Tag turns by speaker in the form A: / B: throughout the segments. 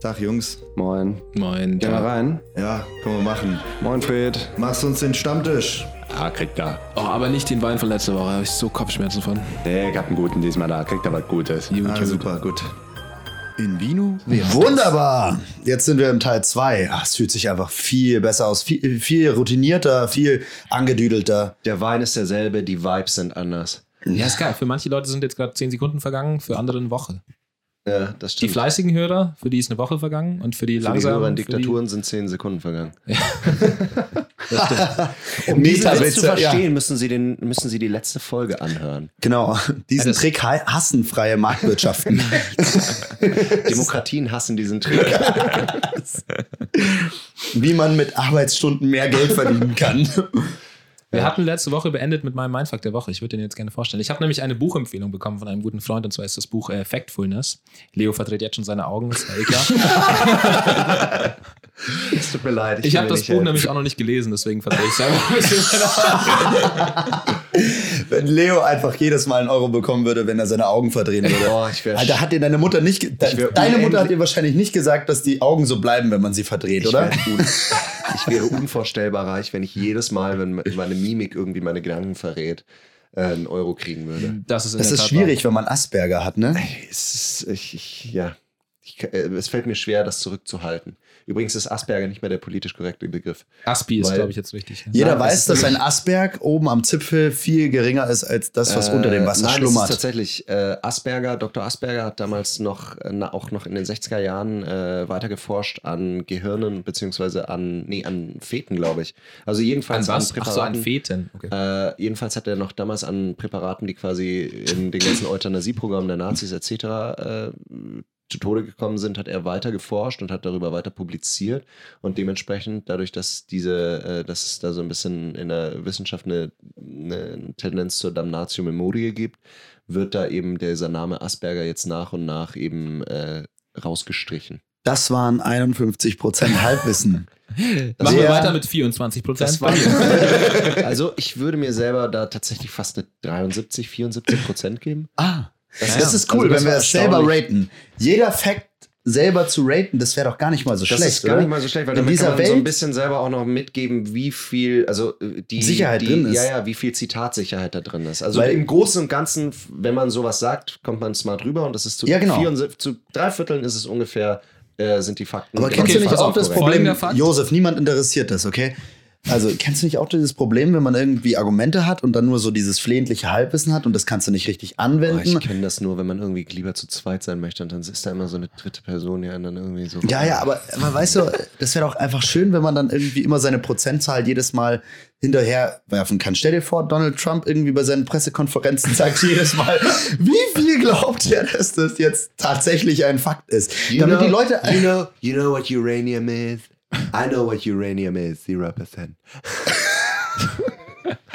A: Tag, Jungs.
B: Moin.
C: Moin.
B: Geh mal
C: Ja.
B: rein.
A: Ja, können wir machen.
B: Moin, Fred.
A: Machst uns den Stammtisch.
C: Ah, kriegt da. Oh, aber nicht den Wein von letzter Woche. Da habe ich so Kopfschmerzen von.
B: Nee, ich hab einen guten diesmal da. Kriegt er was Gutes.
C: Gut,
A: Ah,
C: gut.
A: super, gut. In Vino?
D: Wunderbar. Jetzt sind wir im Teil 2. Es fühlt sich einfach viel besser aus. Viel, viel routinierter, viel angedüdelter.
B: Der Wein ist derselbe, die Vibes sind anders.
C: Ja, ist geil. Für manche Leute sind jetzt gerade 10 Sekunden vergangen, für andere eine Woche.
B: Ja, das
C: Die
B: stimmt.
C: fleißigen Hörer, für die ist eine Woche vergangen und für die
B: Für die
C: langsamen.
B: Hörer in
C: für die-
B: Diktaturen sind 10 Sekunden vergangen.
D: Um
B: Diesen Witz zu verstehen,
D: Ja,
B: müssen, sie den, müssen sie die letzte Folge anhören.
D: genau. Diesen
C: das-
D: Trick hei- hassen freie Marktwirtschaften.
B: Demokratien hassen diesen Trick.
D: wie man mit Arbeitsstunden mehr Geld verdienen kann.
C: Wir hatten letzte Woche beendet mit meinem Mindfuck der Woche. Ich würde den jetzt gerne vorstellen. Ich habe nämlich eine Buchempfehlung bekommen von einem guten Freund und zwar ist das Buch äh, Factfulness. Leo verdreht jetzt schon seine Augen, ist ja eh klar.
B: Es tut mir leid.
C: Ich
B: kann
C: habe
B: dir
C: das
B: nicht
C: Buch
B: helfen.
C: nämlich auch noch nicht gelesen, deswegen verdrehe ich es einfach ein bisschen meine Augen.
D: Wenn Leo einfach jedes Mal einen Euro bekommen würde, wenn er seine Augen verdrehen würde.
B: Boah, ich wär-
D: Alter, hat dir deine Mutter nicht. ge-
B: wär
D: deine Mutter hat
B: unendlich-
D: dir wahrscheinlich nicht gesagt, dass die Augen so bleiben, wenn man sie verdreht,
B: Ich,
D: oder?
B: wär un ich wäre unvorstellbar reich, wenn ich jedes Mal, wenn meine Mimik irgendwie meine Gedanken verrät, äh, einen Euro kriegen würde.
C: Das ist, in
D: Das
C: der
D: ist
C: Tat
D: schwierig, wenn man Asperger hat, ne?
B: Es ist, ich, ich, ja. Ich, ka- äh, es fällt mir schwer, das zurückzuhalten. Übrigens ist Asperger nicht mehr der politisch korrekte Begriff.
C: wahr. Aspi ist,
B: Weil-
C: glaube ich, jetzt richtig. Ja.
D: Jeder
B: Nein, das
D: weiß,
B: ist
D: dass ein Asperg oben am Zipfel viel geringer ist als das, was unter dem Wasser
B: Äh, nein,
D: schlummert.
B: Das ist tatsächlich, äh, Asperger, Dr. Asperger hat damals noch, äh, na, auch noch in den 60er Jahren äh, weiter geforscht an Gehirnen, beziehungsweise an, nee, an Feten, glaube ich. Also jedenfalls
C: An was? Ach so,
B: Präparaten.
C: an Feten. Okay.
B: Äh, jedenfalls hat er noch damals an Präparaten, die quasi in den ganzen Euthanasieprogrammen der Nazis etc. Äh, zu Tode gekommen sind, hat er weiter geforscht und hat darüber weiter publiziert. Und dementsprechend, dadurch, dass diese, äh, dass es da so ein bisschen in der Wissenschaft eine, eine Tendenz zur Damnatio Memoriae gibt, wird da eben dieser Name Asperger jetzt nach und nach eben äh, rausgestrichen.
D: Das waren 51% Halbwissen.
C: Machen wir
D: Sehr-
C: weiter mit 24 Prozent.
B: Das war mir. Also ich würde mir selber da tatsächlich fast eine 73, 74 Prozent geben.
D: ah, das,
C: Ja, ja.
D: ist cool,
B: Also das
D: wenn wir
B: war
D: das selber
B: erstaunlich.
D: raten. Jeder Fact selber zu raten, das wäre doch gar nicht mal so
B: Das
D: schlecht,
B: ist gar
D: oder?
B: nicht mal so schlecht, weil
D: In
B: damit
D: dieser
B: kann man so
D: Welt-
B: ein bisschen selber auch noch mitgeben, wie viel, also äh, die
D: Sicherheit
B: die,
D: drin ist.
B: Ja, ja, wie viel Zitatsicherheit da drin ist. Also
D: Weil-
B: im Großen und Ganzen, wenn man sowas sagt, kommt man smart rüber und das ist zu,
D: Ja, genau.
B: 74 zu drei Vierteln ist es ungefähr, äh, sind die Fakten.
D: Aber
B: genau
D: kennst
C: Okay,
D: du nicht
C: pass
D: auch
C: auf,
D: das
C: korrekt.
D: Problem,
C: Folgender Fakt.
D: Josef, niemand interessiert das, okay? Also, kennst du nicht auch dieses Problem, wenn man irgendwie Argumente hat und dann nur so dieses flehentliche Halbwissen hat und das kannst du nicht richtig
B: Oh,
D: anwenden?
B: ich kenne das nur, wenn man irgendwie lieber zu zweit sein möchte und dann ist da immer so eine dritte Person, die einen dann irgendwie so.
D: Ja, ja, aber, aber weißt du, das wäre doch einfach schön, wenn man dann irgendwie immer seine Prozentzahl jedes Mal hinterherwerfen kann. Stell dir vor, Donald Trump irgendwie bei seinen Pressekonferenzen sagt jedes Mal, wie viel glaubt er, dass das jetzt tatsächlich ein Fakt ist?
B: You
D: Damit
B: know,
D: die Leute.
B: You know, you know what uranium is? I know what uranium is. Zero percent.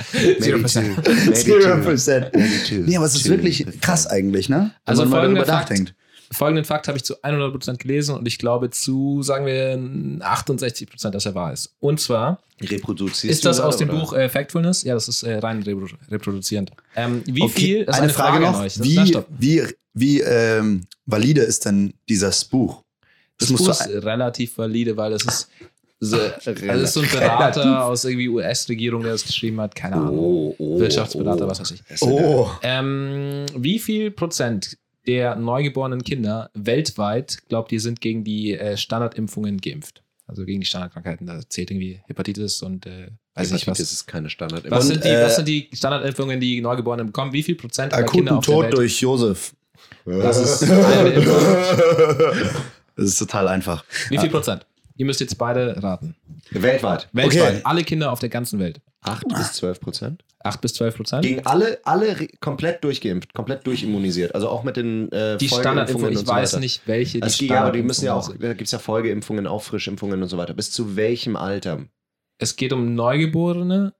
C: Zero
B: Maybe two.
C: percent.
B: Maybe two.
D: 0%.
B: Maybe two.
D: Nee, aber es ist
B: Two
D: wirklich
B: percent.
D: krass eigentlich, ne? Wenn
C: Also
D: man mal
C: folgender
D: darüber
C: Fakt, folgenden Fakt habe ich zu 100% gelesen und ich glaube zu, sagen wir, 68%, dass er wahr ist. Und zwar
B: Reproduzierst
C: ist
B: du
C: das aus
B: gerade,
C: dem
B: oder?
C: Buch äh, Factfulness? Ja, das ist äh, rein repro- reproduzierend. Ähm, wie
D: Okay,
C: viel? Das ist
D: eine, Frage,
C: an
D: noch.
C: euch. Das- na,
D: Wie,
C: stopp.
D: wie, wie ähm, valide ist denn dieses Buch?
C: Das
D: musst
C: Buch
D: du
C: ist relativ valide, weil es ist, so, also es ist so ein Berater aus irgendwie US-Regierung, der es geschrieben hat. Keine Ahnung.
B: Oh, oh,
C: Wirtschaftsberater,
B: oh.
C: was weiß ich.
B: Das ist
D: Oh,
C: Ähm, wie viel Prozent der neugeborenen Kinder weltweit glaubt ihr sind gegen die äh, Standardimpfungen geimpft? Also gegen die Standardkrankheiten. Da zählt irgendwie Hepatitis und äh,
B: ja-
C: weiß nicht
B: Hepatitis
C: was.
B: ist keine Standard.
C: Was,
B: Und,
C: sind die,
D: äh,
C: was sind die Standardimpfungen, die Neugeborenen bekommen? Wie viel Prozent aller Kinder
D: akuten
C: auf der
D: Tod
C: Welt?
D: durch Josef. Äh.
C: das ist eine Impfung.
D: Das ist total einfach.
C: Wie viel Prozent? Ihr müsst jetzt beide raten.
B: weltweit.
C: Weltweit. Alle Kinder auf der ganzen Welt.
B: 8
D: Ah.
B: bis 12 Prozent.
C: 8 bis 12 Prozent.
B: Gegen alle, alle re- komplett durchgeimpft, komplett durchimmunisiert. Also auch mit den äh,
C: Die
B: Folgeimpfungen
C: Standardimpfung, ich
B: und so
C: weiß
B: weiter.
C: nicht, welche die
B: Es geht, ja, aber die
C: Standardimpfungen
B: müssen ja auch,
C: sind.
B: da gibt es ja Folgeimpfungen, Auffrischimpfungen und so weiter. Bis zu welchem Alter?
C: Es geht um Neugeborene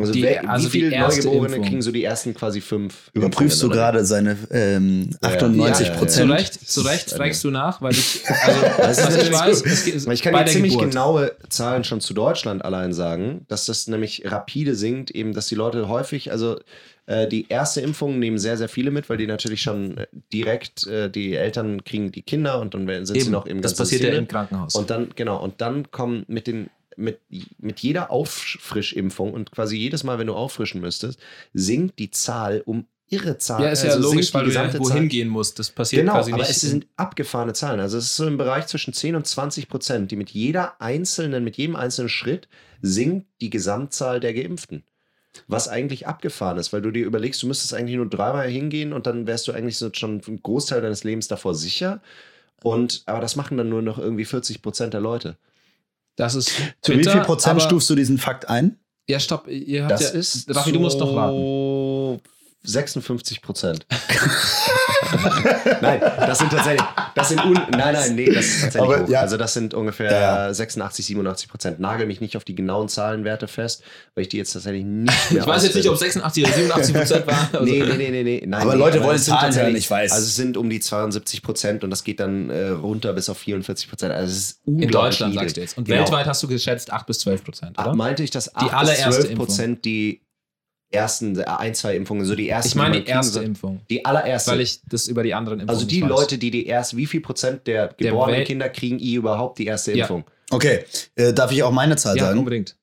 B: Also,
C: Die-
B: wer,
C: also
B: wie
C: die
B: viele
C: erste
B: Neugeborene
C: Impfung.
B: kriegen so die ersten quasi fünf?
D: Überprüfst du
B: Impfungen dann?
D: gerade seine ähm,
B: Ja, ja.
D: 98
C: Zu
D: Prozent?
C: Recht, zu Recht fragst du nach, weil ich, also,
B: Das ist
C: was ich
B: natürlich
C: weiß,
B: gut.
C: es geht-
B: Weil ich kann
C: bei
B: dir
C: der
B: ziemlich genau
C: Geburt.
B: genaue Zahlen schon zu Deutschland allein sagen, dass das nämlich rapide sinkt, eben, dass die Leute häufig, also äh, die erste Impfung nehmen sehr, sehr viele mit, weil die natürlich schon äh, direkt, äh, die Eltern kriegen die Kinder und dann werden- sind sie
C: Eben,
B: noch im
C: das
B: ganzen
C: passiert ja
B: System.
C: im Krankenhaus.
B: Und dann, genau, und dann kommen mit den mit, mit jeder Auffrischimpfung und quasi jedes Mal, wenn du auffrischen müsstest, sinkt die Zahl Also um irre Zahlen.
C: ja, ist ja logisch, weil du ja wohin
B: Zahl.
C: gehen musst. Das passiert
B: Genau,
C: quasi
B: aber
C: nicht.
B: es sind abgefahrene Zahlen. Also es ist so im Bereich zwischen 10 und 20 Prozent, die mit jeder einzelnen, mit jedem einzelnen Schritt sinkt die Gesamtzahl der Geimpften. Was eigentlich abgefahren ist, weil du dir überlegst, du müsstest eigentlich nur dreimal hingehen und dann wärst du eigentlich so schon einen Großteil deines Lebens davor sicher. Und, aber das machen dann nur noch irgendwie 40 Prozent der Leute.
C: das ist
D: Zu wie
C: bitter,
D: viel Prozent
C: aber-
D: stufst du diesen Fakt ein?
C: Ja, stopp, ihr habt
B: Das
C: ja,
B: ist.
C: Raffi, du musst noch warten.
B: 56 Prozent. nein, das sind tatsächlich, das sind un, nein, nein, nee, das ist tatsächlich
D: Aber,
B: hoch.
D: ja.
B: Also das sind ungefähr
D: Ja,
B: 86, 87 Prozent. Nagel mich nicht auf die genauen Zahlenwerte fest, weil ich die jetzt tatsächlich nicht mehr
C: Ich weiß jetzt nicht,
B: ausbilde.
C: ob 86 oder 87 Prozent waren. Also,
B: Nee, nee, nee, nee, nee. Nein,
D: Aber
B: nee,
D: Leute wollen
B: es sind
D: Zahlen hören,
B: tatsächlich-
D: ich weiß.
B: Also es sind um die 72 Prozent und das geht dann äh, runter bis auf 44 Prozent. Also es ist unglaublich
C: In Deutschland
B: niedrig.
C: sagst du jetzt. Und
B: Genau.
C: weltweit hast du geschätzt 8 bis 12 Prozent,
B: Ah,
C: oder?
B: Meinte ich, dass 8 bis
C: allererste
B: 12 Prozent die ersten, äh, ein, zwei Impfungen, so die ersten.
C: Ich meine
B: man
C: die
B: kriegen
C: erste
B: soll-
C: Impfung,
B: Die allererste.
C: weil ich das über die anderen Impfungen
B: also die
C: nicht weiß.
B: Leute, die die erst, wie viel Prozent der geborenen
C: Welt-
B: Kinder kriegen eh überhaupt die erste
C: Ja.
B: Impfung?
D: Okay, äh, darf ich auch meine Zahl
C: Ja,
D: sagen?
C: unbedingt.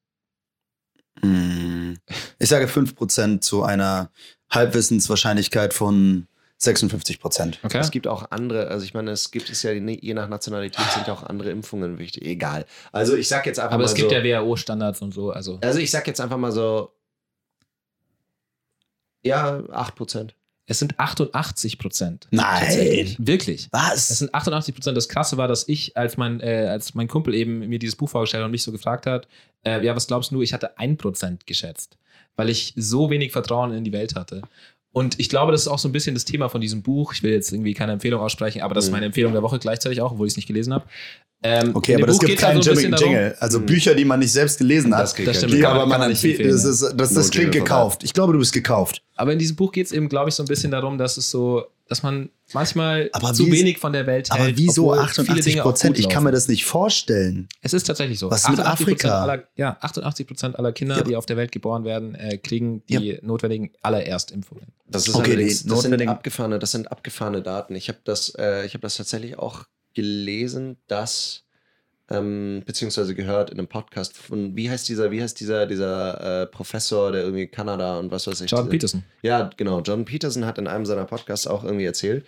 D: Hm. Ich sage 5% zu einer Halbwissenswahrscheinlichkeit von 56 Prozent.
C: Okay.
B: Es gibt auch andere, also ich meine, es gibt es ja ne- je nach Nationalität sind ja auch andere Impfungen wichtig. Egal. Also ich sag jetzt einfach
C: Aber
B: mal
C: es gibt
B: so,
C: ja WHO-Standards und so. Also,
B: also ich sag jetzt einfach mal so ja, 8 Prozent.
C: es sind 88 Prozent.
D: Nein.
C: Wirklich. Es
D: Was?
C: sind 88 Prozent. Das Krasse war, dass ich, als mein, äh, als mein Kumpel eben mir dieses Buch vorgestellt hat und mich so gefragt hat, äh, ja, was glaubst du? Ich hatte 1 Prozent geschätzt, weil ich so wenig Vertrauen in die Welt hatte. Und ich glaube, das ist auch so ein bisschen das Thema von diesem Buch. Ich will jetzt irgendwie keine Empfehlung aussprechen, aber das ist
B: Mhm.
C: meine Empfehlung der Woche gleichzeitig auch, obwohl ich es nicht gelesen habe. Ähm,
D: Okay,
C: in dem
D: aber das
C: Buch
D: gibt
C: geht's halt
D: keinen
C: so ein
D: Jingle.
C: bisschen
D: Jingle. Also
B: Hm.
D: Bücher, die man nicht selbst gelesen hat.
B: geht
C: das
B: ja
C: stimmt.
B: nicht.
D: Die
C: Kann
D: aber
C: man-
D: man
C: kann man
D: an
C: nicht
D: viel,
C: empfehlen,
D: das,
C: ja.
D: ist, das,
B: No
D: das klingt
B: Jingle vorbei.
D: gekauft. Ich glaube, du bist gekauft.
C: Aber in diesem Buch geht es eben, glaube ich, so ein bisschen darum, dass es so, dass man manchmal
D: Aber
C: zu
D: wie-
C: wenig von der Welt
D: Aber
C: hält.
D: wieso
C: obwohl viele
D: 88
C: Dinge auch
D: Prozent?
C: gut
D: Ich kann mir
C: laufen.
D: das nicht vorstellen.
C: Es ist tatsächlich so.
D: Was ist mit
C: 88%
D: Afrika?
C: Aller, ja, 88 Prozent aller Kinder,
D: Ja.
C: die auf der Welt geboren werden, äh, kriegen die notwendigen allererstimpfungen.
B: Das ist
D: Okay,
B: allerdings,
D: die
B: das sind
D: notwendigen-
B: abgefahrene, das sind abgefahrene Daten. Ich habe das, äh, ich habe das tatsächlich auch gelesen, dass ähm, beziehungsweise gehört in einem Podcast von wie heißt dieser, wie heißt dieser, dieser äh, Professor, der irgendwie in Kanada und was weiß ich.
C: Jordan
B: diese-
C: Peterson.
B: ja, genau. John Peterson hat in einem seiner Podcasts auch irgendwie erzählt,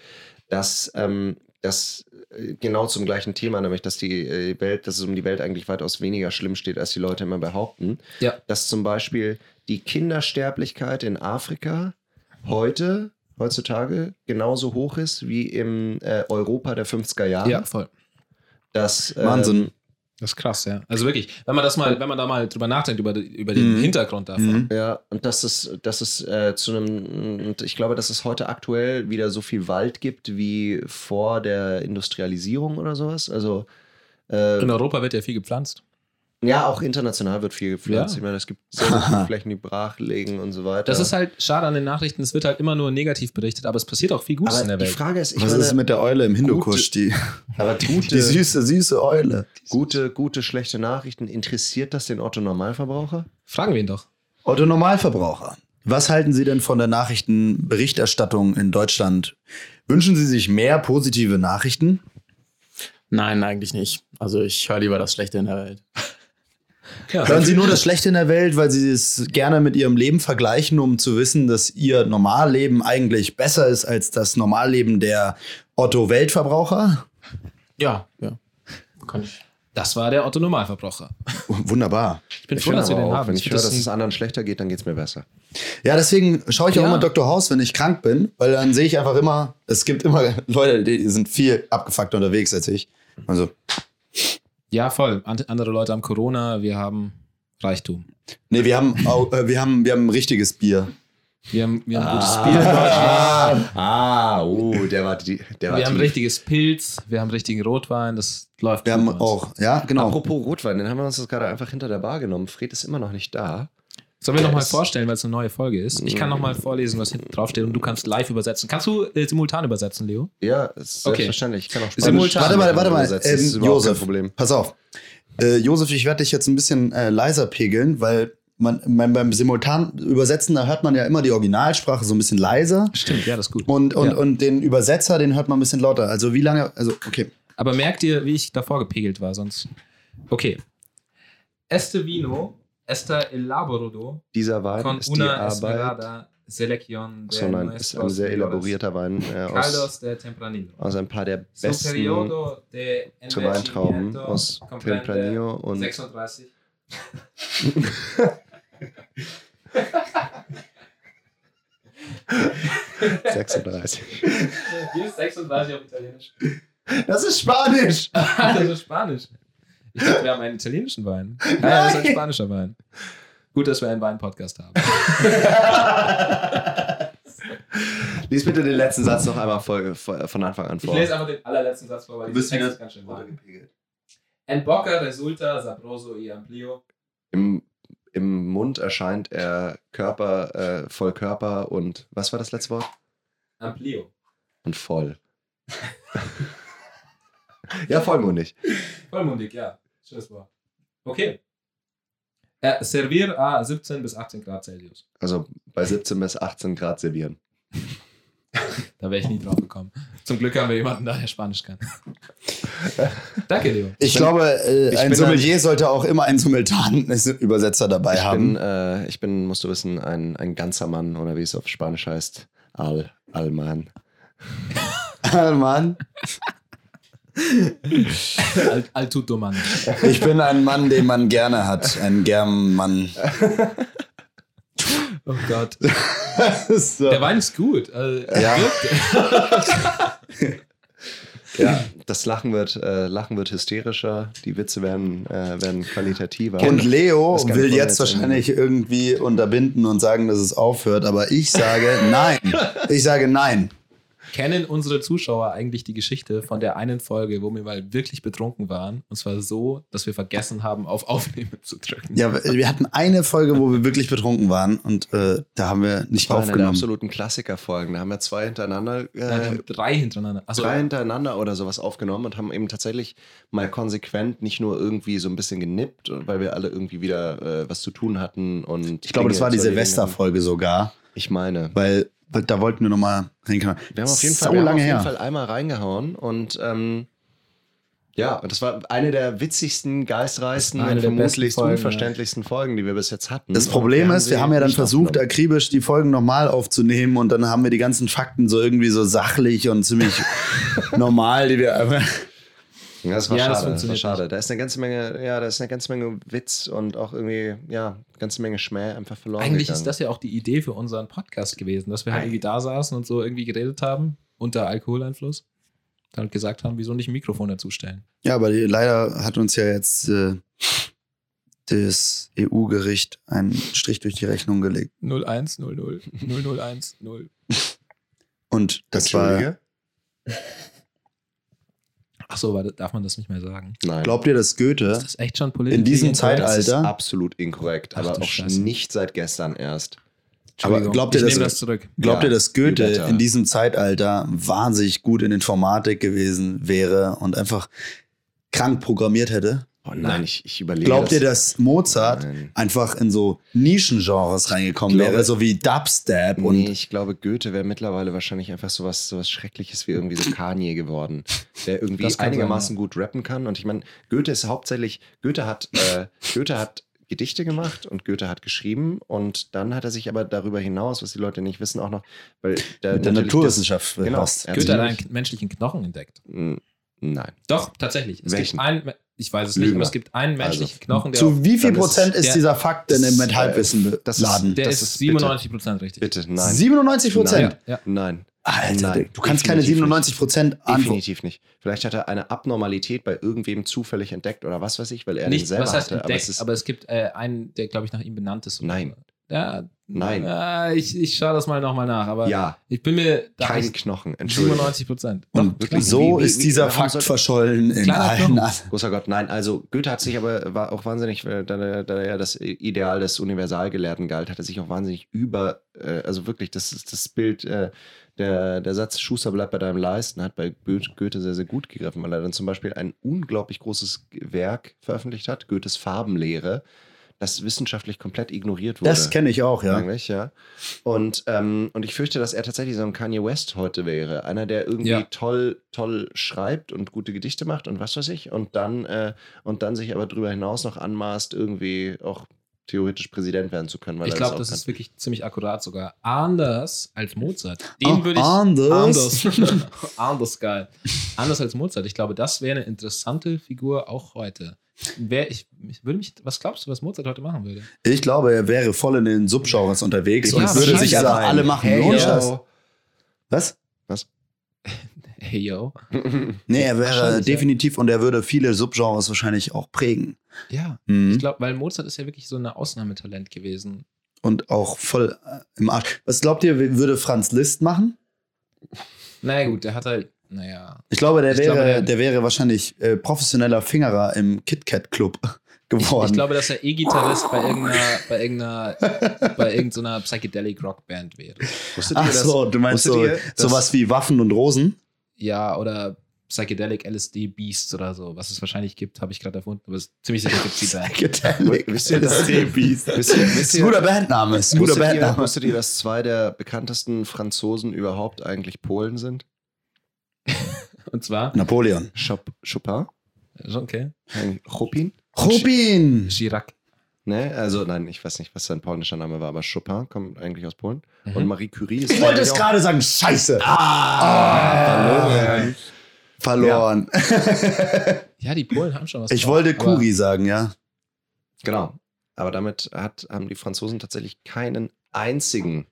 B: dass ähm, das äh, genau zum gleichen Thema, nämlich dass die äh, Welt, dass es um die Welt eigentlich weitaus weniger schlimm steht, als die Leute immer behaupten.
C: Ja.
B: Dass zum Beispiel die Kindersterblichkeit in Afrika heute, heutzutage, genauso hoch ist wie im äh, Europa der 50er Jahre.
C: Ja, voll.
B: Das, ähm,
D: Wahnsinn.
C: Das ist krass, ja. Also wirklich, wenn man das mal, wenn man da mal drüber nachdenkt, über, die- über den
D: Mhm.
C: Hintergrund davon.
D: Mhm.
B: Ja, und dass es, dass es äh, zu einem, und ich glaube, dass es heute aktuell wieder so viel Wald gibt wie vor der Industrialisierung oder sowas. Also äh,
C: In Europa wird ja viel gepflanzt.
B: ja, auch international wird viel gepflanzt.
C: Ja.
B: Ich meine, es gibt sehr sehr viele Flächen, die brach liegen und so weiter.
C: Das ist halt schade an den Nachrichten, es wird halt immer nur negativ berichtet, aber es passiert auch viel Gutes
B: aber
C: in der
B: die
C: Welt.
B: Frage ist, ich
D: Was
B: meine,
D: ist mit der Eule im Hindukusch? Die,
B: aber gute,
D: die süße, süße Eule.
B: gute, gute, schlechte Nachrichten, interessiert das den Otto Normalverbraucher?
C: Fragen wir ihn doch.
D: Otto Normalverbraucher. Was halten Sie denn von der Nachrichtenberichterstattung in Deutschland? Wünschen Sie sich mehr positive Nachrichten?
E: Nein, eigentlich nicht. Also ich höre lieber das Schlechte in der Welt.
C: Ja.
D: Hören Sie nur das Schlechte in der Welt, weil Sie es gerne mit Ihrem Leben vergleichen, um zu wissen, dass Ihr Normalleben eigentlich besser ist als das Normalleben der Otto-Weltverbraucher?
E: Ja, ja. Kann ich.
C: Das war der Otto Normalverbraucher.
D: Wunderbar.
C: Ich bin
B: Ich
C: froh,
B: höre
C: dass wir
B: aber
C: den
B: auch,
C: haben.
B: Wenn
C: Ich
B: ich höre,
C: finde,
B: dass
C: das
B: es
C: ist ein-
B: anderen schlechter geht, dann geht es mir besser.
D: Ja, deswegen schaue ich auch
C: Ja.
D: immer Dr. House, wenn ich krank bin, weil dann sehe ich einfach immer, es gibt immer Leute, die sind viel abgefuckter unterwegs als ich. Also,
C: ja, voll. Ant- Andere Leute haben Corona, wir haben Reichtum.
D: nee, wir haben, au- äh, wir haben, wir haben ein richtiges Bier.
C: Wir haben, wir haben gutes Bier in Deutschland.
B: Ah, ah, oh, der war, die, der war
C: Wir haben
B: tief.
C: richtiges Pilz, wir haben richtigen Rotwein, das läuft.
D: Wir
C: gut
D: haben
C: bei uns.
D: auch, ja, genau.
B: Apropos Rotwein, den haben wir uns das gerade einfach hinter der Bar genommen. Fred ist immer noch nicht da.
C: Sollen wir nochmal vorstellen, weil es eine neue Folge ist? Ich kann nochmal vorlesen, was hinten draufsteht und du kannst live übersetzen. Kannst du äh, simultan übersetzen, Leo?
B: Ja, ist
C: Okay.
B: selbstverständlich. Ich kann auch
C: Simultan.
D: Warte mal, warte mal.
B: übersetzen, Das ist
D: Ähm,
B: überhaupt kein
D: Josef.
B: Problem.
D: Pass auf. Äh, Josef, ich werde dich jetzt ein bisschen äh, leiser pegeln, weil man, man beim simultan Übersetzen, da hört man ja immer die Originalsprache so ein bisschen leiser.
C: Stimmt, ja, das ist gut.
D: Und, und,
C: Ja.
D: und den Übersetzer, den hört man ein bisschen lauter. Also wie lange, also okay.
C: Aber merkt ihr, wie ich davor gepegelt war sonst? Okay. Este vino, esta elaborado
B: Dieser
C: con
B: Wein ist die
C: una
B: Arbeit.
C: esmerada selección de
B: So, nein,
C: nuestros
B: ist ein sehr
C: criollos.
B: elaborierter Wein äh, aus,
C: Caldos de Tempranillo.
B: aus ein paar der
C: Su
B: besten
C: periodo de
B: Weintrauben
C: envejecimiento
B: aus
C: comprende
B: Tempranillo und
C: 36. Sechsunddreißig.
B: 36.
C: Hier ist 36 auf Italienisch.
D: Das ist Spanisch.
C: Das ist Spanisch. Ich dachte, wir haben einen italienischen Wein. Nein, das ist ein spanischer Wein. Gut, dass wir einen Wein-Podcast haben.
B: Lies bitte den letzten Satz noch einmal voll, voll, von Anfang an
C: Ich
B: vor.
C: lese einfach den allerletzten Satz vor, weil
B: Du bist
C: dieses Text
B: wieder-
C: ist ganz schön lang. En boca resulta sabroso y amplio.
B: Im, Im Mund erscheint er Körper, äh, voll Körper und was war das letzte Wort?
C: Amplio.
B: Und voll. ja, vollmundig.
C: Vollmundig, ja. Schönes Wort. Okay. Äh, servier a 17 bis 18 Grad Celsius.
B: Also bei 17 bis 18 Grad servieren.
C: Da wäre ich nie drauf gekommen. Zum Glück haben wir jemanden da, der Spanisch kann. Danke, Leo.
D: Ich glaube, äh,
B: ich
D: ein
B: bin
D: Sommelier sollte auch immer einen simultanen Übersetzer dabei
B: Ich
D: haben.
B: bin, äh, ich bin, musst du wissen, ein, ein ganzer Mann oder wie es auf Spanisch heißt, Al, Alman.
D: Ah, Mann.
C: Alt, Altudo Mann.
D: Ich bin ein Mann, den man gerne hat. Ein gern Mann.
C: Oh Gott.
D: so.
C: Der Wein ist gut. Also,
D: Ja.
B: Ja, das Lachen wird, äh, Lachen wird hysterischer, die Witze werden, äh, werden qualitativer.
D: Und Leo
B: Das kann
D: will
B: ich
D: jetzt
B: vorher jetzt
D: wahrscheinlich irgendwie unterbinden und sagen, dass es aufhört, aber ich sage nein. Ich sage nein.
C: Kennen unsere Zuschauer eigentlich die Geschichte von der einen Folge, wo wir mal wirklich betrunken waren? Und zwar so, dass wir vergessen haben, auf Aufnehmen zu drücken.
D: Ja, wir hatten eine Folge, wo wir wirklich betrunken waren und äh, da haben wir nicht
B: das war eine der
D: aufgenommen.
B: absoluten Klassikerfolgen. Da haben wir zwei hintereinander
C: Nein, wir
B: äh,
C: haben drei hintereinander. Also,
B: drei hintereinander oder sowas aufgenommen und haben eben tatsächlich mal konsequent nicht nur irgendwie so ein bisschen genippt, weil wir alle irgendwie wieder äh, was zu tun hatten und
D: Ich glaube, das
B: Dinge
D: war die
B: zu erledigen hatten.
D: Silvesterfolge sogar,
B: Ich meine,
D: weil weil da wollten wir nochmal reinkommen.
B: wir haben auf jeden Fall,
D: so
B: wir haben
D: lange
B: auf jeden
D: her.
B: Fall einmal reingehauen und ähm, ja, und das war eine der witzigsten, geistreichsten
C: Das war eine
B: und
C: der besten
B: vermutlichst
C: Folgen, ja.
B: unverständlichsten Folgen, die wir bis jetzt hatten.
D: Das
B: Und
D: Problem ist,
B: sie
D: wir haben ja dann
B: nicht
D: versucht,
B: aufgenommen.
D: akribisch die Folgen nochmal aufzunehmen und dann haben wir die ganzen Fakten so irgendwie so sachlich und ziemlich normal, die wir einfach
B: Ja, das war
C: Ja,
B: schade.
C: das
B: Das
C: funktioniert
B: war schade. Da ist eine ganze Menge, ja, da ist eine ganze Menge Witz und auch irgendwie, ja, ganze Menge Schmäh einfach verloren.
C: eigentlich
B: gegangen.
C: ist das ja auch die Idee für unseren Podcast gewesen, dass wir halt irgendwie da saßen und so irgendwie geredet haben, unter Alkoholeinfluss. Dann gesagt haben, wieso nicht ein Mikrofon dazustellen?
D: Ja, aber die, leider hat uns ja jetzt äh, das EU-Gericht einen Strich durch die Rechnung gelegt.
C: 01, 00, 001, 0.
D: Und das war.
B: Entschuldige?
C: Achso, warte, darf man das nicht mehr sagen?
B: Nein.
D: Glaubt ihr, dass Goethe
C: Ist das echt schon politisch?
D: in diesem
B: das ist
D: Zeitalter.
B: absolut inkorrekt,
C: Ach
B: aber
C: du
B: auch
C: Scheiße.
B: nicht seit gestern erst.
D: Aber
C: Entschuldigung,
D: glaubt ihr,
C: ich
D: dass-
C: nehme das zurück.
D: Glaubt
B: Ja,
D: ihr, dass Goethe
B: you better.
D: in diesem Zeitalter wahnsinnig gut in Informatik gewesen wäre und einfach krank programmiert hätte?
B: Oh nein, ich, ich überlege.
D: Glaubt ihr, dass Mozart
B: Nein.
D: einfach in so Nischengenres reingekommen
B: Ich Äh, glaube-
D: wäre, so wie Dubstep und
B: Nee, ich glaube, Goethe wäre mittlerweile wahrscheinlich einfach sowas, sowas Schreckliches wie irgendwie so Kanye geworden, der irgendwie
C: Das kann
B: einigermaßen gut rappen kann. Und ich meine, Goethe ist hauptsächlich, Goethe hat, äh, Goethe hat Gedichte gemacht und Goethe hat geschrieben und dann hat er sich aber darüber hinaus, was die Leute nicht wissen, auch noch, weil der
D: mit der
B: natürlich
D: Naturwissenschaft
B: das- genau,
D: befasst.
B: er hat
C: Goethe hat
B: sich-
C: einen menschlichen Knochen entdeckt.
B: Mm, Nein.
C: Doch, tatsächlich. Es
B: Welchen?
C: gibt einen, ich weiß es nicht,
B: Lügner.
C: aber es gibt einen menschlichen
B: Also,
C: Knochen, der,
D: Zu wie viel
B: Dann ist-
D: Prozent ist,
C: der-
D: dieser Fakt denn
B: das-
D: mit Halbwissen
B: das ist-
D: beladen?
C: der
B: das
C: ist,
B: ist-
C: 97 Prozent richtig.
B: Bitte, nein.
D: 97 Prozent?
B: Nein.
C: Ja.
B: Nein.
D: Alter,
B: Nein,
D: du kannst keine
B: definitiv
D: 97 Prozent antworten.
B: Definitiv nicht. Vielleicht hat er eine Abnormalität bei irgendwem zufällig entdeckt oder was weiß ich, weil er den
C: Nicht,
B: selber
C: was heißt
B: hatte.
C: entdeckt, aber es, gibt äh, einen, der, glaube ich, nach ihm benannt ist.
B: Nein.
C: Ja,
B: Nein.
C: Ja, ich ich schaue das mal nochmal nach, aber
B: Ja,
C: ich bin mir da
B: kein Knochen, Entschuldigung.
C: 97 Prozent.
D: Und
B: wirklich.
D: so
B: Wie- wie-
D: ist
B: wie-
D: dieser
B: warum
D: Fakt
B: sollte-
D: verschollen in
C: Kleiner
D: allen
C: Knochen.
D: anderen.
B: Großer Gott, nein, also Goethe hat sich aber war auch wahnsinnig, äh, da, da, da ja das Ideal des Universalgelehrten galt, hat er sich auch wahnsinnig über, äh, also wirklich, das ist das Bild, äh, der, der Satz Schuster bleibt bei deinem Leisten hat bei Goethe, Goethe sehr, sehr gut gegriffen, weil er dann zum Beispiel ein unglaublich großes Werk veröffentlicht hat, Goethes Farbenlehre, das wissenschaftlich komplett ignoriert wurde.
D: Das kenne ich auch, ja.
B: Eigentlich, ja. Und, ähm, und ich fürchte, dass er tatsächlich so ein Kanye West heute wäre. Einer, der irgendwie
C: Ja.
B: toll, toll schreibt und gute Gedichte macht und was weiß ich. Und dann, äh, und dann sich aber darüber hinaus noch anmaßt, irgendwie auch theoretisch Präsident werden zu können. Weil
C: Ich
B: er
C: glaube,
B: auch
C: das
B: kann.
C: ist wirklich ziemlich akkurat sogar. Anders als Mozart.
B: Oh,
C: Den
D: Ah,
C: würde ich.
D: anders.
C: Anders. anders geil. Anders als Mozart. Ich glaube, das wäre eine interessante Figur auch heute. Wer, ich, ich würde mich, was glaubst du, was Mozart heute machen würde?
D: Ich glaube, er wäre voll in den Subgenres unterwegs
B: Ja,
D: und würde sich
B: scheiße.
D: einfach alle machen.
B: Hey,
D: Ohne
B: yo.
D: Scheiß. Was?
C: Hey yo.
D: Nee, er wäre
C: Wahrscheinlich, ja.
D: definitiv und er würde viele Subgenres wahrscheinlich auch prägen.
C: Ja. Ich
D: Mhm.
C: glaube, weil Mozart ist ja wirklich so ein Ausnahmetalent gewesen.
D: Und auch voll äh, im Arsch. Was glaubt ihr, w- würde Franz Liszt machen?
C: Naja, gut, der hat halt, naja.
D: Ich glaube, der,
C: Ich
D: wäre,
C: glaube,
D: der,
C: der-
D: wäre wahrscheinlich äh, professioneller Fingerer im KitKat Club
C: Ich,
D: geworden.
C: ich glaube, dass er E-Gitarrist bei irgendeiner, bei irgendeiner, bei irgendeiner Psychedelic Rock Band wäre.
B: Wusstet ihr,
D: Ach
B: dass,
D: so, du meinst
B: wusstet
D: so,
B: ihr, dass-
D: sowas wie Waffen und Rosen?
C: Ja, oder Psychedelic LSD Beasts oder so, was es wahrscheinlich gibt, habe ich gerade erfunden, aber es- ziemlich sicher gibt es die Band.
D: Psychedelic
B: Wisst ihr das?
D: LSD-Beast.
B: Wisst ihr- wisst
D: Ist ein
B: ihr-
D: guter Bandname. Ist ein guter
B: Wusstet ihr,
D: Bandname.
B: wusstet ihr, dass zwei der bekanntesten Franzosen überhaupt eigentlich Polen sind?
C: Und zwar,
D: Napoleon.
B: Chop- Chopin?
C: okay,
B: Ein Chopin?
D: Rubin!
C: Chirac.
B: Ne? Also nein, ich weiß nicht, was sein polnischer Name war, aber Chopin kommt eigentlich aus Polen.
C: Mhm.
B: Und Marie Curie ist
D: Hm. Ich wollte
B: eigentlich
D: es
B: auch-
D: gerade sagen, scheiße. Ah,
B: verloren.
D: verloren.
C: Ja, die Polen haben schon was.
D: Ich
C: drauf,
D: wollte
C: aber-
D: Kuri sagen, ja.
B: Genau. Aber damit hat, haben die Franzosen tatsächlich keinen einzigen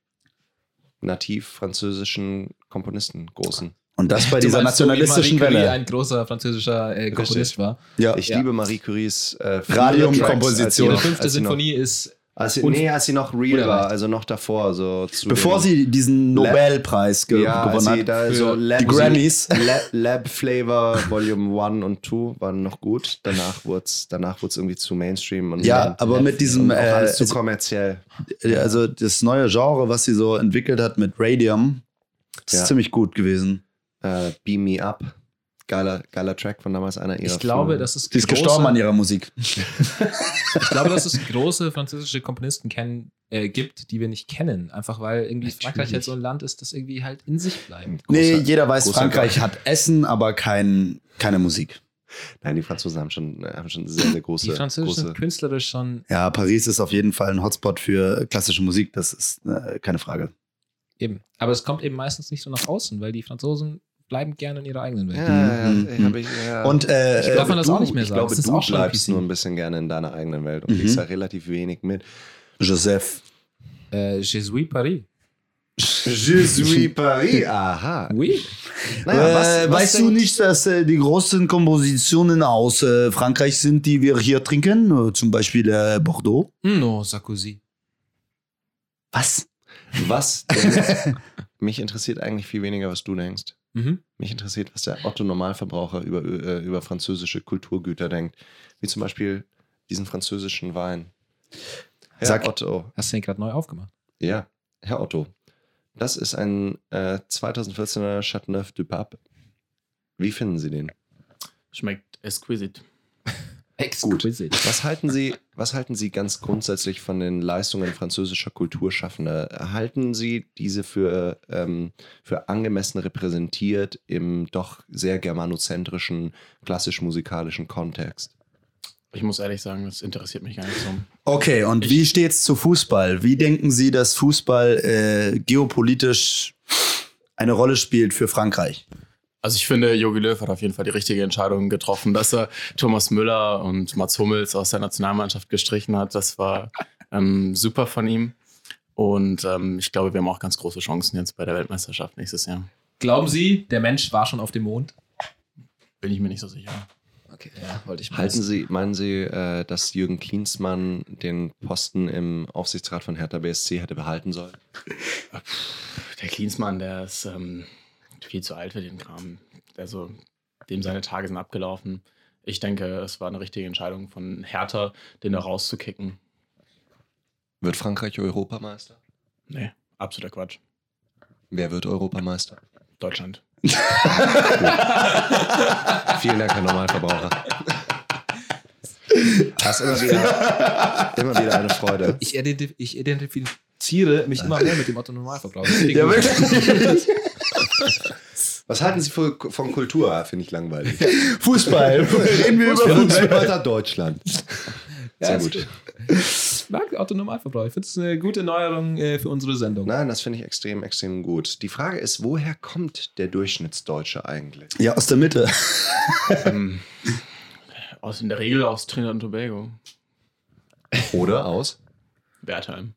B: nativ französischen Komponisten großen.
D: Und das bei
C: Du
D: dieser
C: meinst so, wie
D: nationalistischen
C: Marie Curie
D: Welle.
C: ein großer französischer äh, Komponist war.
D: Ja.
B: Ich
C: Ja.
B: liebe Marie Curies äh, frühere
D: Radiumkomposition.
B: Tracks, als sie
C: Ihre
B: noch-
C: fünfte
B: als sie noch-
C: Sinfonie ist.
B: Als sie,
C: Und-
B: nee, als sie noch real
C: Oder
B: war,
C: leicht.
B: also noch davor. So zu
D: Bevor
B: den-
D: sie diesen
B: Le-
D: Nobelpreis ge
B: ja, als
D: gewonnen
B: sie
D: hat.
B: da so
C: für
B: Lab,
D: die Grammys.
B: Lab, Lab Flavor Volume 1 und 2 waren noch gut. Danach wurde es danach wurd's irgendwie zu Mainstream. Und
D: Ja, aber mit diesem,
B: und auch
D: äh,
B: alles zu kommerziell.
D: also das neue Genre, was sie so entwickelt hat mit Radium, das
B: Ja.
D: ist ziemlich gut gewesen.
B: äh, Beam Me Up. Geiler, geiler Track von damals einer ihrer
C: Ich glaube,
B: frühen-
C: das ist
D: Sie ist gestorben an ihrer Musik.
C: Ich glaube, dass es große französische Komponisten kennen, äh, gibt, die wir nicht kennen. Einfach weil irgendwie Frankreich halt so ein Land ist, das irgendwie halt in sich bleibt.
B: Großer-
D: nee, jeder weiß,
B: großer
D: Frankreich
B: Gott.
D: hat Essen, aber kein, keine Musik.
B: Nein, die Franzosen haben schon, äh, haben schon sehr, sehr große.
C: Die Französischen
B: große
C: sind künstlerisch schon
D: Ja, Paris ist auf jeden Fall ein Hotspot für klassische Musik, das ist äh, keine Frage.
C: eben. Aber es kommt eben meistens nicht so nach außen, weil die Franzosen bleiben gerne in ihrer eigenen Welt.
B: ja, ja,
D: Mhm,
B: ja,
D: mhm.
B: hab ich, ja.
D: Und äh,
C: Ich darf
D: äh,
C: man das auch nicht mehr
B: ich
C: sagen.
B: glaube,
C: Das ist
B: du
C: auch schon
B: bleibst
C: PC.
B: nur ein bisschen gerne in deiner eigenen Welt und
D: Mhm.
B: kriegst da relativ wenig mit.
D: Joseph.
C: Äh, Je suis Paris.
B: Je suis Paris. Aha.
C: Oui.
B: Ah, Naja, was,
D: äh,
B: was
D: weißt du
B: denn-
D: nicht, dass äh, die großen Kompositionen aus äh, Frankreich sind, die wir hier trinken? Äh, zum Beispiel äh, Bordeaux.
C: Hm, No, Sarkozy.
D: Was?
B: Was denn, mich interessiert eigentlich viel weniger, was du denkst.
C: Mhm.
B: Mich interessiert, was der Otto-Normalverbraucher über, äh, über französische Kulturgüter denkt. Wie zum Beispiel diesen französischen Wein. Herr
D: Sag-
B: Otto.
C: Hast du den gerade neu aufgemacht?
B: Ja, Herr Otto. Das ist ein äh, 2014er Chateauneuf du Pape. Wie finden Sie den?
E: Schmeckt exquisite.
C: Exquisite.
B: Was halten Sie, was halten Sie ganz grundsätzlich von den Leistungen französischer Kulturschaffender? Halten Sie diese für, ähm, für angemessen repräsentiert im doch sehr germanozentrischen, klassisch-musikalischen Kontext?
E: Ich muss ehrlich sagen, das interessiert mich gar nicht so.
D: Okay, und
E: Ich-
D: wie steht's zu Fußball? Wie denken Sie, dass Fußball äh, geopolitisch eine Rolle spielt für Frankreich?
E: Also ich finde, Jogi Löw hat auf jeden Fall die richtige Entscheidung getroffen, dass er Thomas Müller und Mats Hummels aus der Nationalmannschaft gestrichen hat. Das war ähm, super von ihm. Und ähm, ich glaube, wir haben auch ganz große Chancen jetzt bei der Weltmeisterschaft nächstes Jahr.
C: Glauben Sie, der Mensch war schon auf dem Mond?
E: Bin ich mir nicht so sicher.
C: Okay, ja, wollte ich mal
B: Halten
C: wissen.
B: Sie, meinen Sie, äh, dass Jürgen Klinsmann den Posten im Aufsichtsrat von Hertha BSC hätte behalten sollen?
E: Der Klinsmann, der ist ähm, viel zu alt für den Kram. Also, dem seine Tage sind abgelaufen. Ich denke, es war eine richtige Entscheidung von Hertha, den da rauszukicken.
B: Wird Frankreich Europameister?
E: Nee, absoluter Quatsch.
B: Wer wird Europameister?
E: Deutschland.
B: Vielen Dank, Herr Normalverbraucher. Das ist immer wieder, immer wieder eine Freude.
C: Ich, identif ich identifiziere mich immer mehr mit dem Otto Normalverbraucher. Deswegen-
B: Ja, wirklich. Was halten Sie für, von Kultur? Finde ich langweilig.
D: Fußball. Reden wir über Fußball.
A: Weltmeister Deutschland.
C: Ja,
B: Sehr
C: ist
B: gut.
C: Ich mag Otto Normalverbraucher. Ich finde es eine gute Neuerung äh, für unsere Sendung.
B: Nein, das finde ich extrem, extrem gut. Die Frage ist, woher kommt der Durchschnittsdeutsche eigentlich?
D: Ja, aus der Mitte.
E: ähm, aus, in der Regel aus Trinidad und Tobago.
B: Oder aus?
E: Wertheim.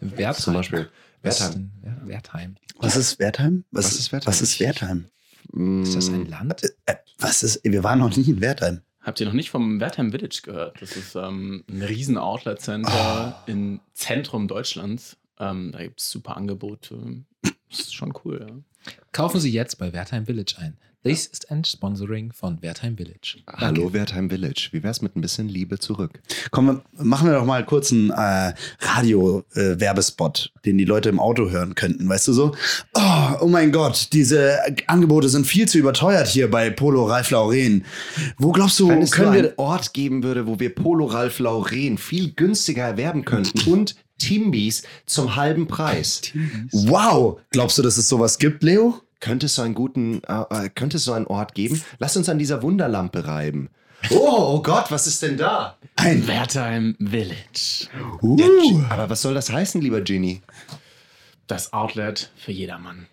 C: Wertheim.
B: Zum Beispiel.
C: Was
B: Wertheim.
C: denn? Ja, Wertheim.
D: Was ist Wertheim?
B: Was ist Wertheim?
D: Was ist Wertheim?
B: Mm.
C: Ist das ein Land?
D: Äh, was ist, wir waren noch nie in Wertheim.
E: Habt ihr noch nicht vom Wertheim Village gehört? Das ist ähm, ein riesen Outlet-Center im Zentrum Deutschlands. Ähm, da gibt es super Angebote. Das ist schon cool, ja.
C: Kaufen Sie jetzt bei Wertheim Village ein. Dies ist ein Sponsoring von Wertheim Village.
B: Ah, Hallo Wertheim Village. Wie wär's mit ein bisschen Liebe zurück?
D: Komm, machen wir doch mal kurz einen äh, Radio-Werbespot, den die Leute im Auto hören könnten. Weißt du so? Oh, oh mein Gott, diese Angebote sind viel zu überteuert hier bei Polo Ralf Lauren. Wo glaubst du,
B: Wenn es
D: können
B: nur einen
D: wir.
B: Ort geben würde, wo wir Polo Ralf Lauren viel günstiger erwerben könnten und Timbis zum halben Preis.
D: Wow! Glaubst du, dass es sowas gibt, Leo?
B: Könnte es so einen guten, äh, äh, könnte es so einen Ort geben? Lass uns an dieser Wunderlampe reiben. Oh, oh Gott, was ist denn da?
D: Ein.
E: Wertheim Village.
D: Uh.
B: Aber was soll das heißen, lieber Genie?
E: Das Outlet für jedermann.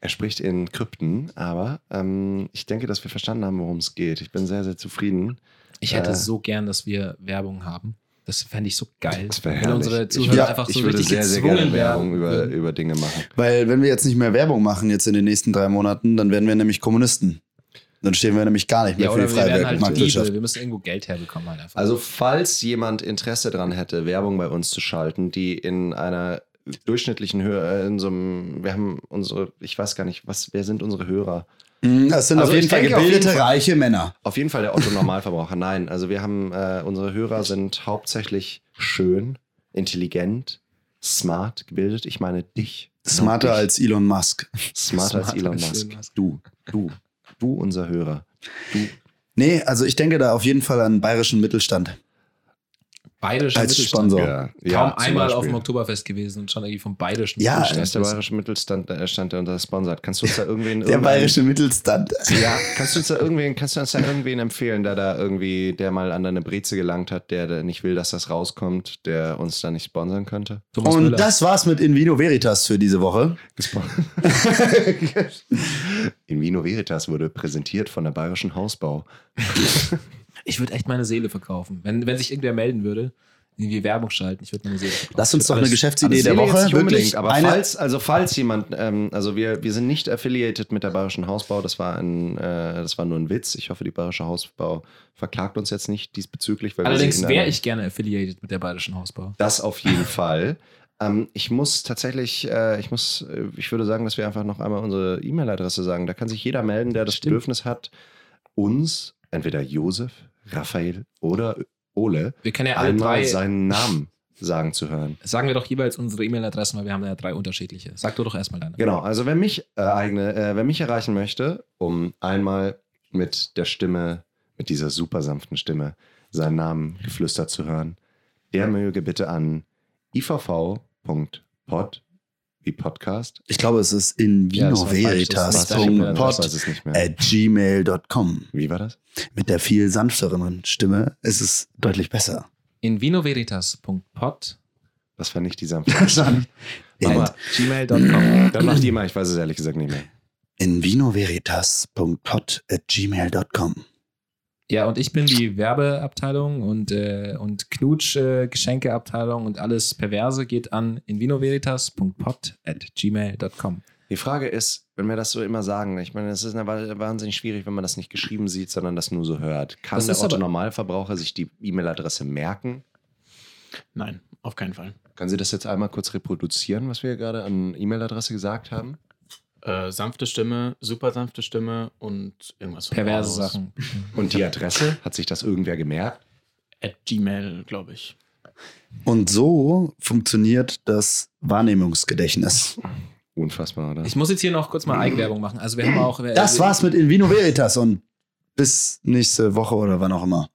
B: Er spricht in Krypten, aber ähm, ich denke, dass wir verstanden haben, worum es geht. Ich bin sehr, sehr zufrieden.
C: Ich hätte
B: Äh.
C: so gern, dass wir Werbung haben. Das fände ich so geil.
B: Das wär
C: Wenn
B: herrlich.
C: unsere
B: Ich
C: Zuhörer
D: wär-
C: einfach so
B: ich würde
C: richtig
B: sehr, sehr
C: gezwungen
B: gerne Werbung
C: werden.
B: über, über Dinge machen.
D: Weil, wenn wir jetzt nicht mehr Werbung machen, jetzt in den nächsten drei Monaten, dann werden wir nämlich Kommunisten. Dann stehen wir nämlich gar nicht mehr
C: ja,
D: für
C: oder
D: die
C: wir werden
D: freie
C: halt Diebe.
D: Marktwirtschaft.
C: Wir müssen irgendwo Geld herbekommen halt einfach.
B: Also, falls jemand Interesse daran hätte, Werbung bei uns zu schalten, die in einer durchschnittlichen Höhe, in so einem, wir haben unsere, ich weiß gar nicht, was, wer sind unsere Hörer?
D: Mm, Das sind
B: Also
D: auf jeden
B: ich
D: Fall
B: denke auf jeden
D: gebildete,
B: Fall-
D: reiche Männer.
B: Auf jeden Fall der Otto Normalverbraucher. Nein, also wir haben, äh, unsere Hörer sind hauptsächlich schön, intelligent, smart, gebildet. Ich meine dich.
D: Smarter
B: Genau, dich.
D: als Elon Musk.
B: Smarter als
C: Smarter
B: Elon
C: als Elon
B: Musk.
C: Musk.
B: Du, du, du, unser Hörer. Du.
D: Nee, also ich denke da auf jeden Fall an bayerischen Mittelstand
C: Bayerischer
D: als
C: Mittelstand.
D: Sponsor.
C: Kaum
B: zum
C: einmal auf
B: Beispiel.
C: dem Oktoberfest gewesen und schon irgendwie vom bayerischen
D: Ja,
B: Da ist
C: Mittelstand.
B: der bayerische Mittelstand, äh, stand der unter sponsert. Kannst du uns da irgendwen.
D: Der
B: irgendeinen-
D: bayerische Mittelstand.
B: Ja, kannst du uns da irgendwen, kannst du uns da irgendwen empfehlen, der da irgendwie, der mal an deine Breze gelangt hat, der, der nicht will, dass das rauskommt, der uns da nicht sponsern könnte?
C: Thomas Müller.
D: Und das war's mit Invino Veritas für diese Woche.
B: In Vino Veritas wurde präsentiert von der Bayerischen Hausbau.
C: Ich würde echt meine Seele verkaufen. Wenn, wenn sich irgendwer melden würde, irgendwie Werbung schalten, ich würde meine Seele verkaufen.
D: Lass uns doch eine Geschäftsidee der
B: Also sehe jetzt
D: Woche.
B: nicht unbedingt,
D: Wirklich
B: aber
D: eine,
B: falls, also falls jemand, ähm, also wir, wir sind nicht affiliated mit der Bayerischen Hausbau, das war ein, äh, das war nur ein Witz. Ich hoffe, die Bayerische Hausbau verklagt uns jetzt nicht diesbezüglich, weil wir
C: Allerdings
B: sind in
C: wäre
B: einer-
C: ich gerne affiliated mit der Bayerischen Hausbau.
B: Das auf jeden Fall. Ähm, ich muss tatsächlich, äh, ich muss, äh, ich würde sagen, dass wir einfach noch einmal unsere E-Mail-Adresse sagen. Da kann sich jeder melden, der das
C: Stimmt.
B: Bedürfnis hat, uns, entweder Josef, Raphael oder Ole,
C: Wir können ja alle
B: einmal
C: drei,
B: seinen Namen sagen zu hören.
C: sagen wir doch jeweils unsere E-Mail-Adressen, weil wir haben ja drei unterschiedliche. Sag du doch erstmal deine.
B: Genau, also wer mich, äh, eigene, äh, wer mich erreichen möchte, um einmal mit der Stimme, mit dieser super sanften Stimme, seinen Namen geflüstert zu hören, der möge bitte an ivv.pod, wie Podcast,
D: ich glaube, es ist Invino
C: das war falsch, das war
B: Pod.
D: Veritas.
B: weiß es nicht mehr.
D: At gmail.com.
B: Wie war das?
D: Mit der viel sanfteren Stimme ist es deutlich besser.
C: In vinoveritas.pod.
B: Das war nicht die sanfte.
D: Wahrscheinlich.
B: Aber gmail.com. Dann macht ihr mal, ich weiß es ehrlich gesagt nicht mehr.
D: Invinoveritas.pod at gmail.com.
C: Ja, und ich bin die Werbeabteilung und, äh, und Knutsch-Geschenkeabteilung und alles Perverse geht an invino veritas.pod at gmail.com.
B: Die Frage ist, wenn wir das so immer sagen, ne, ich meine, es ist na- wahnsinnig schwierig, wenn man das nicht geschrieben sieht, sondern das nur so hört. Kann
C: Das
B: der
C: ist aber-
B: Otto-Normalverbraucher sich die E-Mail-Adresse merken?
E: Nein, auf keinen Fall.
B: Können Sie das jetzt einmal kurz reproduzieren, was wir hier gerade an E-Mail-Adresse gesagt haben?
E: Äh, sanfte Stimme, super sanfte Stimme und irgendwas. von
C: Perverse
E: Pornos.
C: Sachen.
B: Und die Adresse? Hat sich das irgendwer gemerkt?
E: At Gmail, glaube ich.
D: Und so funktioniert das Wahrnehmungsgedächtnis.
B: Unfassbar, oder?
C: Ich muss jetzt hier noch kurz mal Eigenwerbung machen. Also wir haben auch.
D: Das
C: wir,
D: war's mit In Vino Veritas und bis nächste Woche oder wann auch immer.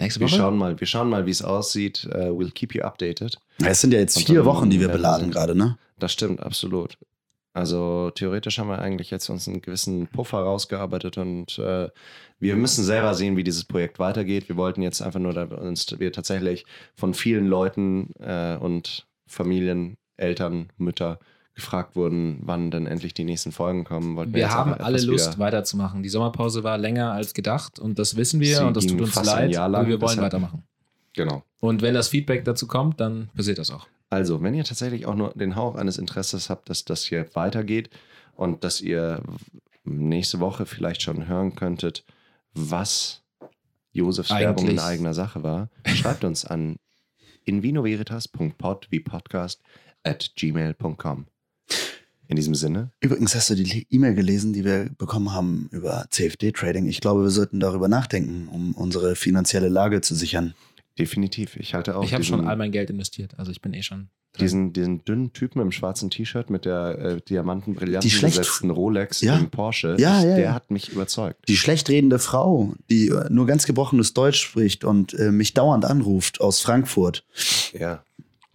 C: Nächste
B: wir
C: Woche.
B: schauen mal, wir schauen mal, wie es aussieht. Äh, we'll keep you updated.
D: Es sind ja jetzt
B: Und
D: vier
B: dann-
D: Wochen, die wir
B: dann-
D: beladen gerade, ne?
B: Das stimmt, absolut. Also theoretisch haben wir eigentlich jetzt uns einen gewissen Puffer rausgearbeitet und äh, wir müssen selber sehen, wie dieses Projekt weitergeht. Wir wollten jetzt einfach nur, dass wir uns wir tatsächlich von vielen Leuten äh, und Familien, Eltern, Mütter gefragt wurden, wann denn endlich die nächsten Folgen kommen. Wollten
C: Wir
B: jetzt
C: haben
B: einfach
C: alle
B: etwas
C: Lust,
B: wieder-
C: weiterzumachen. Die Sommerpause war länger als gedacht und das wissen wir
B: Sie
C: und das
B: ging
C: tut uns
B: fast ein
C: leid.
B: Jahr lang,
C: und wir wollen
B: deshalb-
C: weitermachen.
B: Genau.
C: Und wenn das Feedback dazu kommt, dann passiert das auch.
B: Also, wenn ihr tatsächlich auch nur den Hauch eines Interesses habt, dass das hier weitergeht und dass ihr nächste Woche vielleicht schon hören könntet, was Josefs Werbung in
C: Eigentlich-
B: eigener Sache war, schreibt uns an invinoveritas.pod wie Podcast at gmail.com. In diesem Sinne,
D: Übrigens hast du die Le- E-Mail gelesen, die wir bekommen haben über CFD-Trading. Ich glaube, wir sollten darüber nachdenken, um unsere finanzielle Lage zu sichern.
B: definitiv. Ich halte auch
C: ich habe
B: diesen,
C: schon all mein Geld investiert, also ich bin eh schon.
B: diesen, diesen dünnen Typen im schwarzen T-Shirt mit der äh, diamantenbrillanten
D: Die schlecht-
B: besetzten Rolex
D: Ja.
B: im Porsche,
D: Ja, ja,
B: der
D: ja.
B: hat mich überzeugt.
D: Die schlecht redende Frau, die äh, nur ganz gebrochenes Deutsch spricht und äh, mich dauernd anruft aus Frankfurt,
B: ja.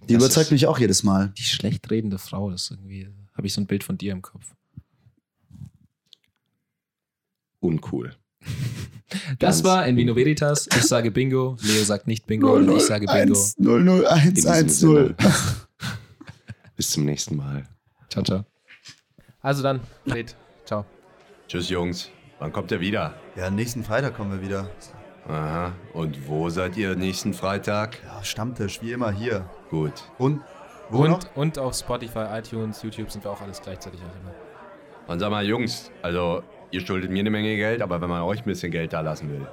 D: die
B: Das
D: überzeugt
B: ist-
D: mich auch jedes Mal.
C: Die schlecht redende Frau, das ist irgendwie, habe ich so ein Bild von dir im Kopf.
B: Uncool.
C: Das
B: Ganz- genau.
C: war in Vino Veritas. Ich sage Bingo, Leo sagt nicht Bingo und ich sage Bingo.
D: 001,
B: In diesem Sinne. Bis zum nächsten Mal.
C: Ciao, ciao. Also dann, red. Ciao.
F: Tschüss, Jungs. Wann kommt ihr wieder?
D: Ja, nächsten Freitag kommen wir wieder.
F: Aha. Und wo seid ihr nächsten Freitag?
D: Ja, Stammtisch, wie immer hier.
F: Gut.
D: Und wo noch?
C: Und, und auf Spotify, iTunes, YouTube sind wir auch alles gleichzeitig. auch immer.
F: Und sag mal, Jungs, also ihr schuldet mir eine Menge Geld, aber wenn man euch ein bisschen Geld da lassen will.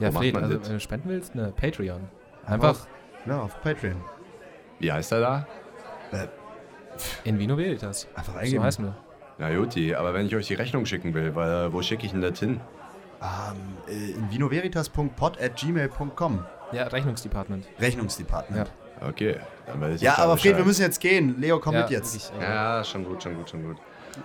C: Ja,
F: macht
C: Fred,
F: man
C: also
F: das?
C: wenn du spenden willst, ne, Patreon. Einfach
D: Ja, auf Patreon.
F: Wie heißt er da?
C: in Vino Veritas.
D: Einfach
C: So heißen wir.
F: Na Juti, aber wenn ich euch die Rechnung schicken will, weil, wo schicke ich denn das hin?
D: Ähm, äh, in vinoveritas.pod.gmail.com.
C: Ja, Rechnungsdepartment.
D: Rechnungsdepartment.
F: Okay, dann werde ich
D: Ja,
F: jetzt
D: aber Fred,
F: Bescheid.
D: wir müssen jetzt gehen. Leo, komm
C: ja,
D: mit jetzt.
C: wirklich, also-
B: Ja, schon gut, schon gut, schon gut.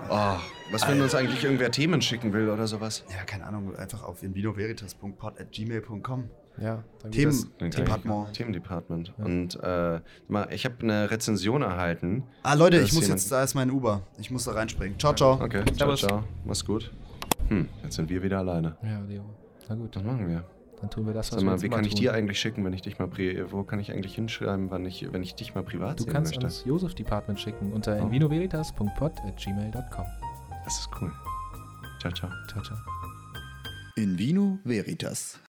B: Oh, was, wenn uns eigentlich irgendwer Themen schicken will oder sowas?
D: Ja, keine Ahnung, einfach auf invinoveritas.pod.gmail.com.
C: äh, Ja, dann geht das.
D: Themen,
B: Dann kann ich-
D: Department.
B: Themendepartment. Und äh, mal, ich habe eine Rezension erhalten.
D: Ah, Leute,
B: Da
D: ich
B: ist
D: muss
B: jemand-
D: jetzt, da ist mein Uber. Ich muss da reinspringen. Ciao, ciao.
B: Okay,
C: Servus.
B: ciao, ciao. Mach's gut. Hm, jetzt sind wir wieder alleine.
C: Ja, Leo. Na gut,
B: Was machen wir?
C: dann tun wir das, was
B: Mhm. Sag
C: wir
B: mal,
C: uns
B: wie
C: immer
B: kann ich
C: tun.
B: dir eigentlich schicken, wenn ich dich mal pri wo kann ich eigentlich hinschreiben, wann ich, wenn ich dich mal privat
C: Du
B: sehen
C: kannst
B: möchte?
C: ans Josef-Department schicken unter
B: Oh.
C: invinoveritas.pod.gmail.com.
B: Das ist cool. Ciao, ciao.
C: Ciao, ciao.
A: In Vino Veritas.